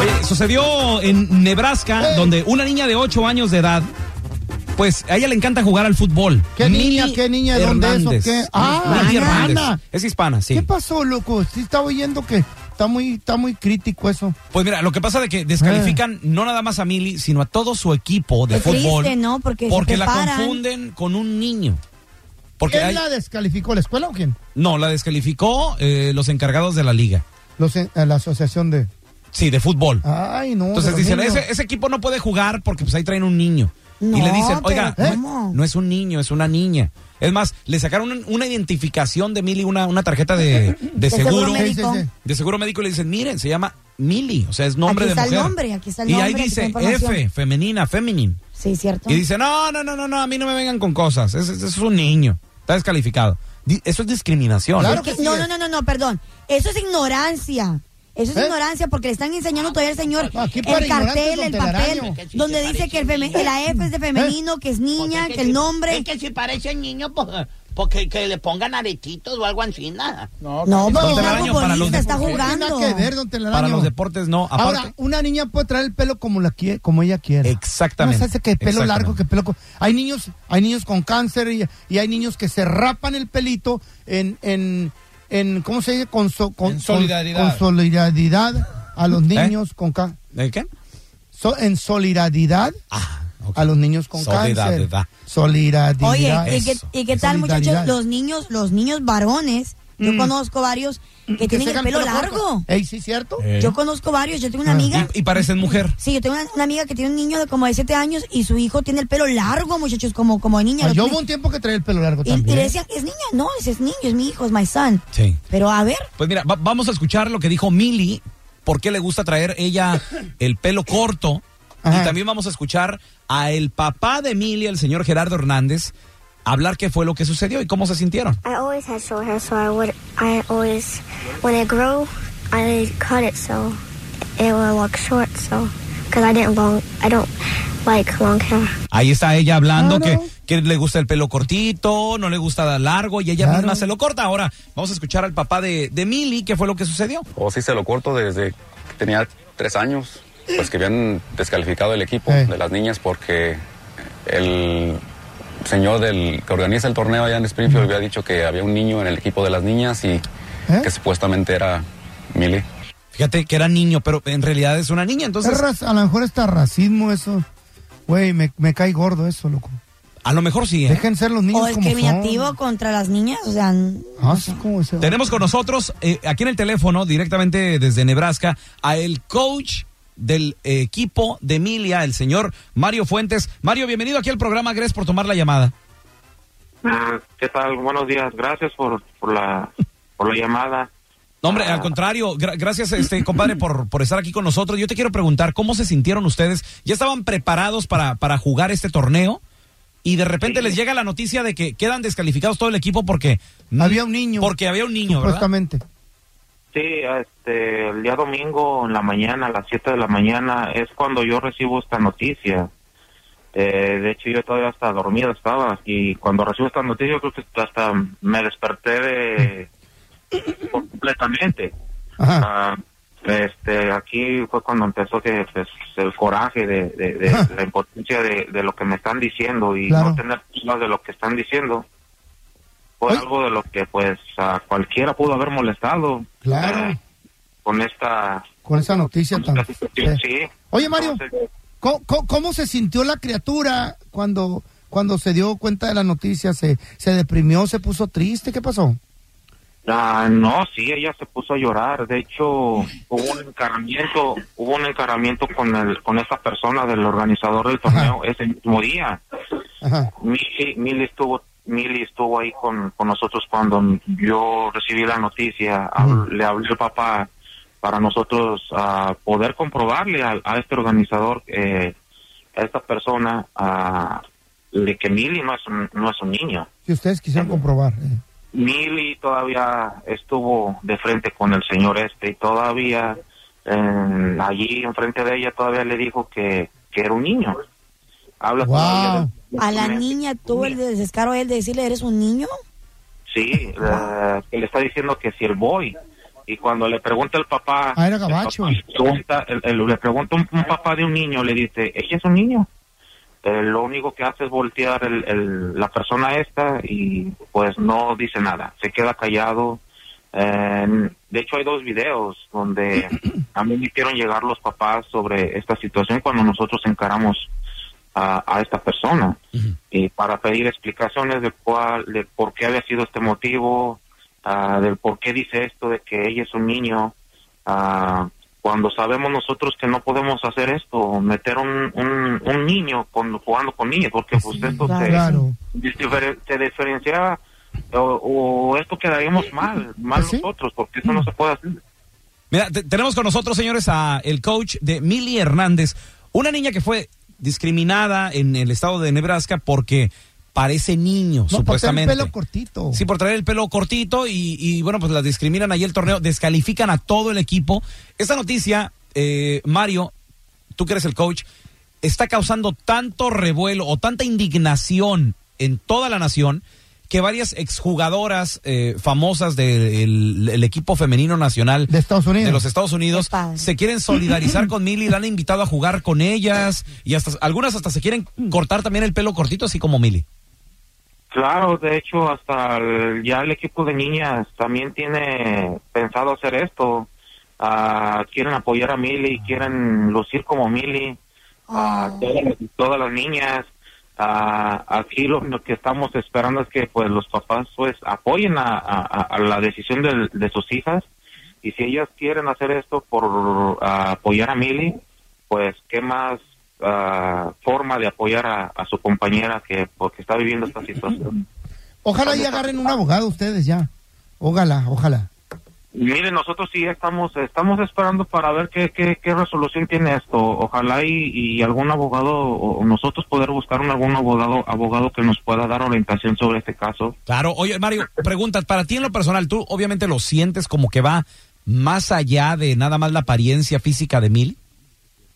Oye, sucedió en Nebraska, donde una niña de 8 años de edad, pues a ella le encanta jugar al fútbol. ¿Qué Mini niña, qué niña, de dónde es o Hernández. qué? Ah, Mini Ana. Hernández. Es hispana, sí. ¿Qué pasó, loco? Sí estaba oyendo que está muy, está muy crítico eso. Pues mira, lo que pasa es que descalifican no nada más a Mili, sino a todo su equipo de Qué fútbol. triste, ¿no? Porque se la preparan. confunden con un niño. Porque ¿Quién hay- la descalificó? ¿La escuela o quién? no, la descalificó eh, los encargados de la liga. Los, en- eh, la asociación de. Sí, de fútbol. Ay, no. Entonces de los dicen, niños. ese, ese equipo no puede jugar porque pues ahí traen un niño. y le No, dicen, oiga, pero no- ¿cómo? no es un niño, es una niña. Es más, le sacaron un- una identificación de Mili, una, una tarjeta de, de De seguro seguro. Sí, sí, médico. sí. De seguro médico y le dicen, miren, se llama Mili, o sea, es nombre de Aquí está el mujer. nombre, aquí está el y ahí nombre, aquí dice está la información. F, femenina, feminine. Sí, cierto. Y dice, no, no, no, no, no, a mí no me vengan con cosas. Es, es- es un niño, está descalificado. Di- eso es discriminación. ¿eh? Claro Es que- que sí no, es. no, no, no, no, perdón. Eso es ignorancia. Eso es ¿Eh? Ah, ignorancia porque le están enseñando todavía al señor Aquí para el cartel, ignorantes, el don papel, Telaraño. ¿Eh? donde dice que el feme- la F es de femenino, que es niña, Pues es que el si- nombre. Es que si parece niño, pues, pues que, que le pongan aretitos o algo así, nada. No, Don pero es Telaraño, algo para los bonito, está deportes. jugando. No tiene nada que ver, don Telaraño. Para los deportes, no. Aparte, Ahora, una niña puede traer el pelo como la quie- como ella quiera. Exactamente, No se hace que pelo exactamente. largo, que pelo. co- Hay niños, hay niños con cáncer y, y hay niños que se rapan el pelito en, en, en ¿cómo se dice? Con, so- con- En solidaridad. con- con solidaridad a ¿Eh? los niños con cáncer. ¿de qué? en solidaridad Ah, ok. a los niños con cáncer. Solidaridad. Solidaridad. Oye, ¿y qué, Eso. y qué tal, Solidaridad. muchachos? Los niños, los niños varones, yo Mm. conozco varios que, Que tienen se el hagan pelo corto. largo. Ey, sí, cierto. Eh. Yo conozco varios, yo tengo una Ah. amiga. Y, y parecen mujer. Sí, yo tengo una, una amiga que tiene un niño de como de 7 años y su hijo tiene el pelo largo, muchachos, como, como de niña. Ah, lo yo tiene- hubo un tiempo que traía el pelo largo y, y también. le decían, es niña, no, ese es niño, es mi hijo, es my son. Sí. Pero a ver, Pues mira, va- vamos a escuchar lo que dijo Mili, por qué le gusta traer ella el pelo corto. Ajá. Y también vamos a escuchar a el papá de Mili, el señor Gerardo Hernández, hablar qué fue lo que sucedió y cómo se sintieron. I always had short hair, so I would. I always, when it grew, I cut it so it would look short. So, because I didn't long, I don't like long hair. Ahí está ella hablando Claro. que, que le gusta el pelo cortito, no le gusta largo y ella Claro. misma se lo corta. Ahora vamos a escuchar al papá de, de Mili, qué fue lo que sucedió. O sí se lo corto desde que tenía tres años, pues que habían descalificado el equipo Eh. de las niñas porque el señor del que organiza el torneo allá en Springfield había dicho que había un niño en el equipo de las niñas y ¿Eh? que supuestamente era Millie. Fíjate que era niño, pero en realidad es una niña. Entonces, Es raz- a lo mejor está racismo eso. Güey, me, me cae gordo eso, loco. a lo mejor sí. ¿eh? Dejen ser los niños o como discriminativo son. contra las niñas, o sea, n- Ah, sí, como ese- Tenemos con nosotros eh, aquí en el teléfono, directamente desde Nebraska, a el coach del eh, equipo de Emilia, el señor Mario Fuentes. Mario, bienvenido aquí al programa. Gracias por tomar la llamada. Ah, ¿Qué tal? Buenos días. Gracias por, por, la, por la llamada. Ah, No, hombre, al contrario, gra- gracias, este compadre, por, por estar aquí con nosotros. Yo te quiero preguntar, ¿cómo se sintieron ustedes? ¿Ya estaban preparados para, para jugar este torneo? Y de repente les llega la noticia de que quedan descalificados todo el equipo porque Había un niño. Porque había un niño, ¿verdad? Supuestamente. Sí, este, el día domingo en la mañana, a las 7 de la mañana, es cuando yo recibo esta noticia. Eh, de hecho, yo todavía hasta dormida estaba. Y cuando recibo esta noticia, yo creo que hasta me desperté de... completamente. Ajá. Ah, este, aquí fue cuando empezó que, pues, el coraje de, de- de Ah. la impotencia de, de lo que me están diciendo y Claro. no tener pruebas de lo que están diciendo. Fue Oye. algo de lo que, pues, a cualquiera pudo haber molestado. Claro. eh, con esta, Con esa noticia con tan. esta situación, eh. sí. Oye, Mario, Entonces, ¿cómo, cómo, cómo se sintió la criatura cuando, cuando se dio cuenta de la noticia? ¿Se, ¿Se deprimió? ¿Se puso triste? ¿Qué pasó? Ah, no, sí, ella se puso a llorar. De hecho, hubo un encaramiento, hubo un encaramiento con el, con esta persona del organizador del torneo ese mismo día. Ajá. Mili, Mili estuvo Mili estuvo ahí con, con nosotros cuando yo recibí la noticia, Hab- le hablé al papá para nosotros ah, poder comprobarle al- a, este organizador, eh, a esta persona, ah, de que Mili no es un, no es un niño. Si ustedes quisieran comprobar. eh. Mili todavía estuvo de frente con el señor este y todavía eh, allí enfrente de ella todavía le dijo que, que era un niño. Habla Wow. todavía de- de A su la mente. niña tuvo el descaro él de decirle, ¿eres un niño? Sí, eh, que le está diciendo que si el boy. Y cuando le pregunta el papá, Ah, era el gabacho. papá pregunta- el- el- le pregunta un, un papá de un niño, le dice, ella es un niño. Eh, lo único que hace es voltear el- el- la persona esta y pues no dice nada, se queda callado. Eh, de hecho hay dos videos donde a mí me hicieron llegar los papás sobre esta situación cuando nosotros encaramos a, a esta persona y para pedir explicaciones de cuál, de por qué había sido este motivo, ah, del por qué dice esto de que ella es un niño, ah, cuando sabemos nosotros que no podemos hacer esto, meter un, un, un niño con, jugando con niños, porque pues esto se- Claro. se, difere- se diferenciaba o, o esto quedaríamos mal, mal ¿Sí? nosotros, porque eso no se puede hacer. Mira, te- tenemos con nosotros, señores, a el coach de Milly Hernández, una niña que fue discriminada en el estado de Nebraska porque parece niño, No, por tener el supuestamente. pelo cortito. Sí, por traer el pelo cortito y, y, bueno, pues las discriminan ahí el torneo, descalifican a todo el equipo. Esta noticia, eh, Mario, tú que eres el coach, está causando tanto revuelo o tanta indignación en toda la nación que varias exjugadoras eh, famosas del el equipo femenino nacional De Estados Unidos. de los Estados Unidos Qué padre. se quieren solidarizar con Milly, la han invitado a jugar con ellas y hasta algunas hasta se quieren cortar también el pelo cortito así como Milly. Claro, de hecho, hasta el- ya el equipo de niñas también tiene pensado hacer esto. Ah, quieren apoyar a Mili, quieren lucir como Mili. Ah, todas, todas las niñas. Ah, aquí lo, lo que estamos esperando es que pues los papás pues apoyen a, a- a- a la decisión del- de sus hijas. Y si ellas quieren hacer esto por ah, apoyar a Mili, pues qué más ah, forma de apoyar a, a su compañera que porque está viviendo esta situación. pues, Ojalá y agarren un abogado ustedes ya. Ojalá, ojalá. Mire, nosotros sí estamos estamos esperando para ver qué, qué, qué resolución tiene esto. Ojalá y, y algún abogado, o nosotros poder buscar un, algún abogado, abogado que nos pueda dar orientación sobre este caso. Claro, oye Mario, preguntas, para ti en lo personal, tú obviamente lo sientes como que va más allá de nada más la apariencia física de Milly.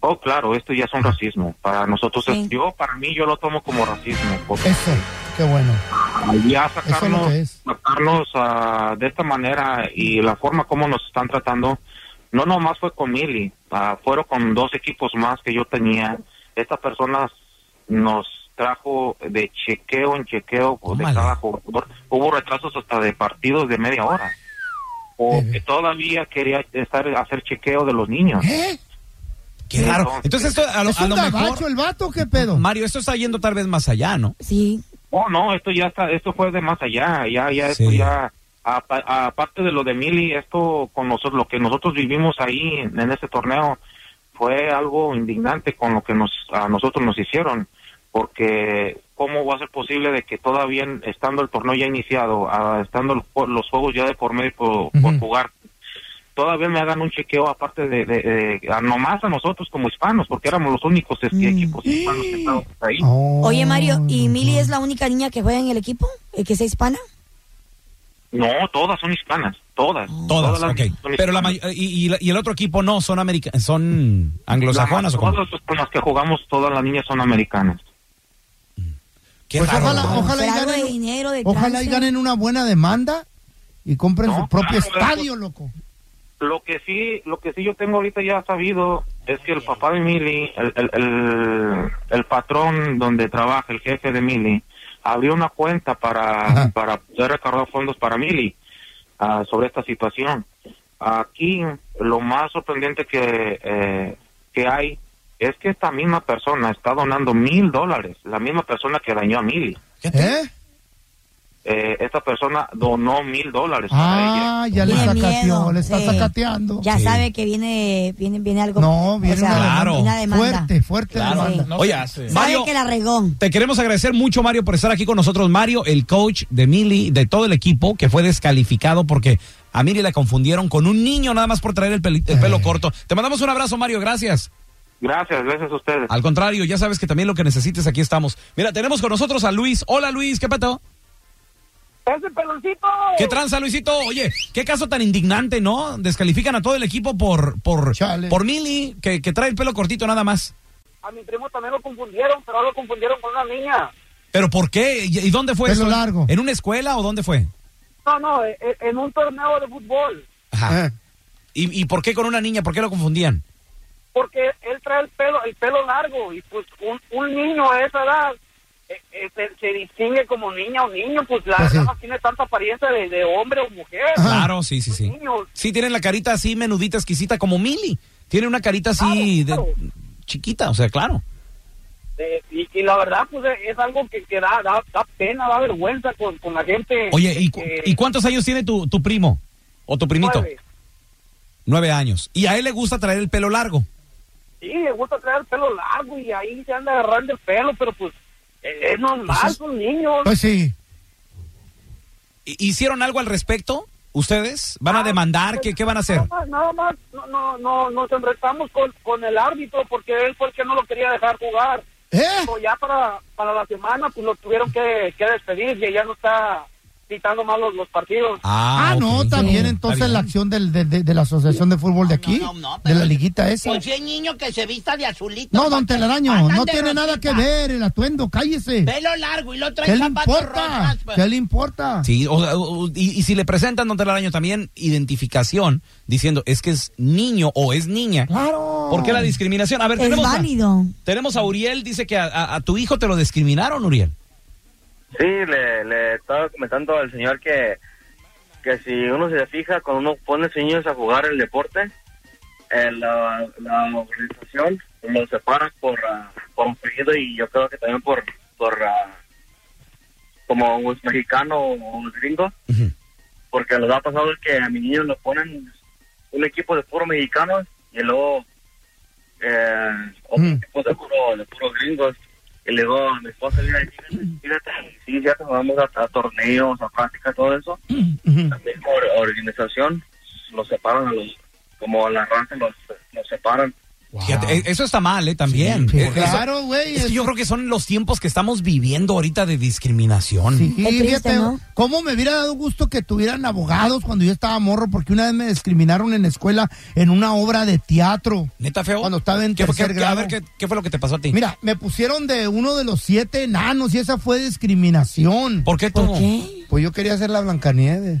Oh, claro, esto ya es un racismo. Para nosotros, es- Sí. yo, para mí, yo lo tomo como racismo. porque- Eso, qué bueno. ya Eso es lo sacarnos, que es. sacarnos ah, de esta manera y la forma como nos están tratando, no nomás fue con Mili, ah, fueron con dos equipos más que yo tenía. Estas personas nos trajo de chequeo en chequeo pues, de Tómala. cada jugador. Hubo retrasos hasta de partidos de media hora. O Ujú. que todavía quería estar hacer chequeo de los niños. ¿Eh? Qué raro. Entonces esto a lo, ¿Es a un lo gabacho mejor, el vato qué pedo? Mario, esto está yendo tal vez más allá, ¿no? Sí. Oh, no, esto ya está, esto fue de más allá, ya, ya, esto Sí. ya, apa- aparte de lo de Mili, esto con nosotros, lo que nosotros vivimos ahí en, en este torneo fue algo indignante con lo que nos, a nosotros nos hicieron, porque cómo va a ser posible de que todavía en- estando el torneo ya iniciado, ah, estando el jue- los juegos ya de por medio por, por Ujú. jugar, todavía me hagan un chequeo aparte de, de- de- a nomás a nosotros como hispanos, porque éramos los únicos este, Mm. equipos hispanos que estábamos ahí. Oh, Oye, Mario, ¿y no, Mili no. es la única niña que juega en el equipo? ¿Eh, ¿Que sea hispana? No, todas son hispanas, todas. Todas, las ok. son Pero la hispanas. may- y, y la- y el otro equipo no, son america- son anglosajonas o cómo? Todas las con las que jugamos, todas las niñas son americanas. Qué Pues raro, ojalá, ¿no? ojalá, y Será algo ganen, de dinero, de ojalá y trance. ganen una buena demanda y compren No, su propio claro, estadio, loco. Lo que sí, lo que sí yo tengo ahorita ya sabido es que el papá de Mili, el, el, el, el patrón donde trabaja, el jefe de Mili, abrió una cuenta para, Ajá. para poder recargar fondos para Mili ah, sobre esta situación. Aquí lo más sorprendente que, eh, que hay es que esta misma persona está donando mil dólares, la misma persona que dañó a Mili. ¿Eh? eh, esta persona donó mil dólares para Ah, ella. ya le Tiene sacateó, miedo, le está sí. sacateando. Ya Sí. sabe que viene, viene, viene algo. No, viene una demanda. una demanda. Fuerte, fuerte Claro. demanda. Sí. Oye, Sabe Mario, que la regó. Te queremos agradecer mucho, Mario, por estar aquí con nosotros. Mario, el coach de Mili, de todo el equipo que fue descalificado porque A Miri la confundieron con un niño nada más por traer el, peli- el pelo corto. Te mandamos un abrazo, Mario. Gracias. Gracias, gracias a ustedes. Al contrario, ya sabes que también lo que necesites, aquí estamos. Mira, tenemos con nosotros a Luis. Hola, Luis. ¿Qué pato? ¡Ese peloncito! ¿Qué tranza, Luisito? Oye, qué caso tan indignante, ¿no? Descalifican a todo el equipo por por Chale. por Mili, que, que trae el pelo cortito nada más. A mi primo también lo confundieron, pero ahora lo confundieron con una niña. ¿Pero por qué? ¿Y, y dónde fue Pelo eso? largo. ¿En una escuela o dónde fue? No, no, e- e- en un torneo de fútbol. Ajá. Eh. Ah. ¿Y, y por qué con una niña? ¿Por qué lo confundían? Porque él trae el pelo, el pelo largo. Y pues un, un niño a esa edad eh, eh, se, se distingue como niña o niño. Pues la Pues sí. verdad no tiene tanta apariencia de, de hombre o mujer. Ajá. Claro, sí, sí, sí. Niños. Sí, tienen la carita así menudita, exquisita, como Mili. Tiene una carita así Claro, de chiquita, o sea, claro. Eh, y, y la verdad, pues eh, es algo que, que da, da, da pena, da vergüenza con, con la gente. eh, Oye, ¿y, cu- que- y cuántos años tiene tu, tu primo o tu primito? Este Nueve. Nueve años. ¿Y a él le gusta traer el pelo largo? Sí, le gusta traer el pelo largo y ahí se anda agarrando el pelo, pero pues eh, es normal, son niños. Pues sí. ¿Hi- ¿Hicieron algo al respecto? ¿Ustedes? ¿Van a Ah, demandar? ¿Qué, qué van a hacer? Nada más, nada más, no, no, no, nos enfrentamos con, con el árbitro porque él fue el que no lo quería dejar jugar. ¿Eh? Pero ya para, para la semana, pues lo tuvieron que, que despedir y ya no está quitando más los, los partidos. Ah, no, ok. también Está entonces bien. la acción del, de, de- de la Asociación de Fútbol de No, aquí, no, no, de pero- la liguita esa. Pues si hay niño que se vista de azulito. No, don porque Telaraño, andan no de tiene nada que rosita. ver el atuendo, cállese. Pelo largo y lo trae ¿Qué le zapatos importa? rotas, pues. ¿Qué le importa? Sí, o sea, o- o- y, y si le presentan, don Telaraño, también identificación, diciendo es que es niño o es niña. Claro. ¿Por qué la discriminación? A ver, Es tenemos a- válido. Tenemos a Uriel, dice que a, a- a tu hijo te lo discriminaron, Uriel. Sí, le, le estaba comentando al señor que, que si uno se fija, cuando uno pone a sus niños a jugar el deporte, eh, la, la organización los separa por, ah, por un periodo y yo creo que también por, por ah, como los mexicano o los gringos, porque los ha pasado que a mi niño lo ponen un equipo de puros mexicanos y luego eh, otro Mm. equipo de puros de puros gringos. Y le digo a mi esposa, mira, fíjate, fíjate, sí, ya nos vamos a, a torneos, a práctica, todo eso. Ujú. La misma or- organización los separan a los, como a la raza los, los separan. Fíjate, e- eso está mal, ¿eh? También. Sí, Eh, eso- claro, güey. es que yo creo que son los tiempos que estamos viviendo ahorita de discriminación. Sí, Qué triste, fíjate, ¿no? ¿Cómo me hubiera dado gusto que tuvieran abogados cuando yo estaba morro? Porque una vez me discriminaron en la escuela en una obra de teatro. Neta feo. Cuando estaba en ¿Qué fue- qué- tercer qué- A ver, grado. ¿qué, qué fue lo que te pasó a ti? Mira, me pusieron de uno de los siete enanos y esa fue discriminación. ¿Por qué tú? ¿Por qué? Pues yo quería ser la Blancanieves.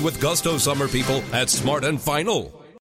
with gusto, summer people, at Smart and Final.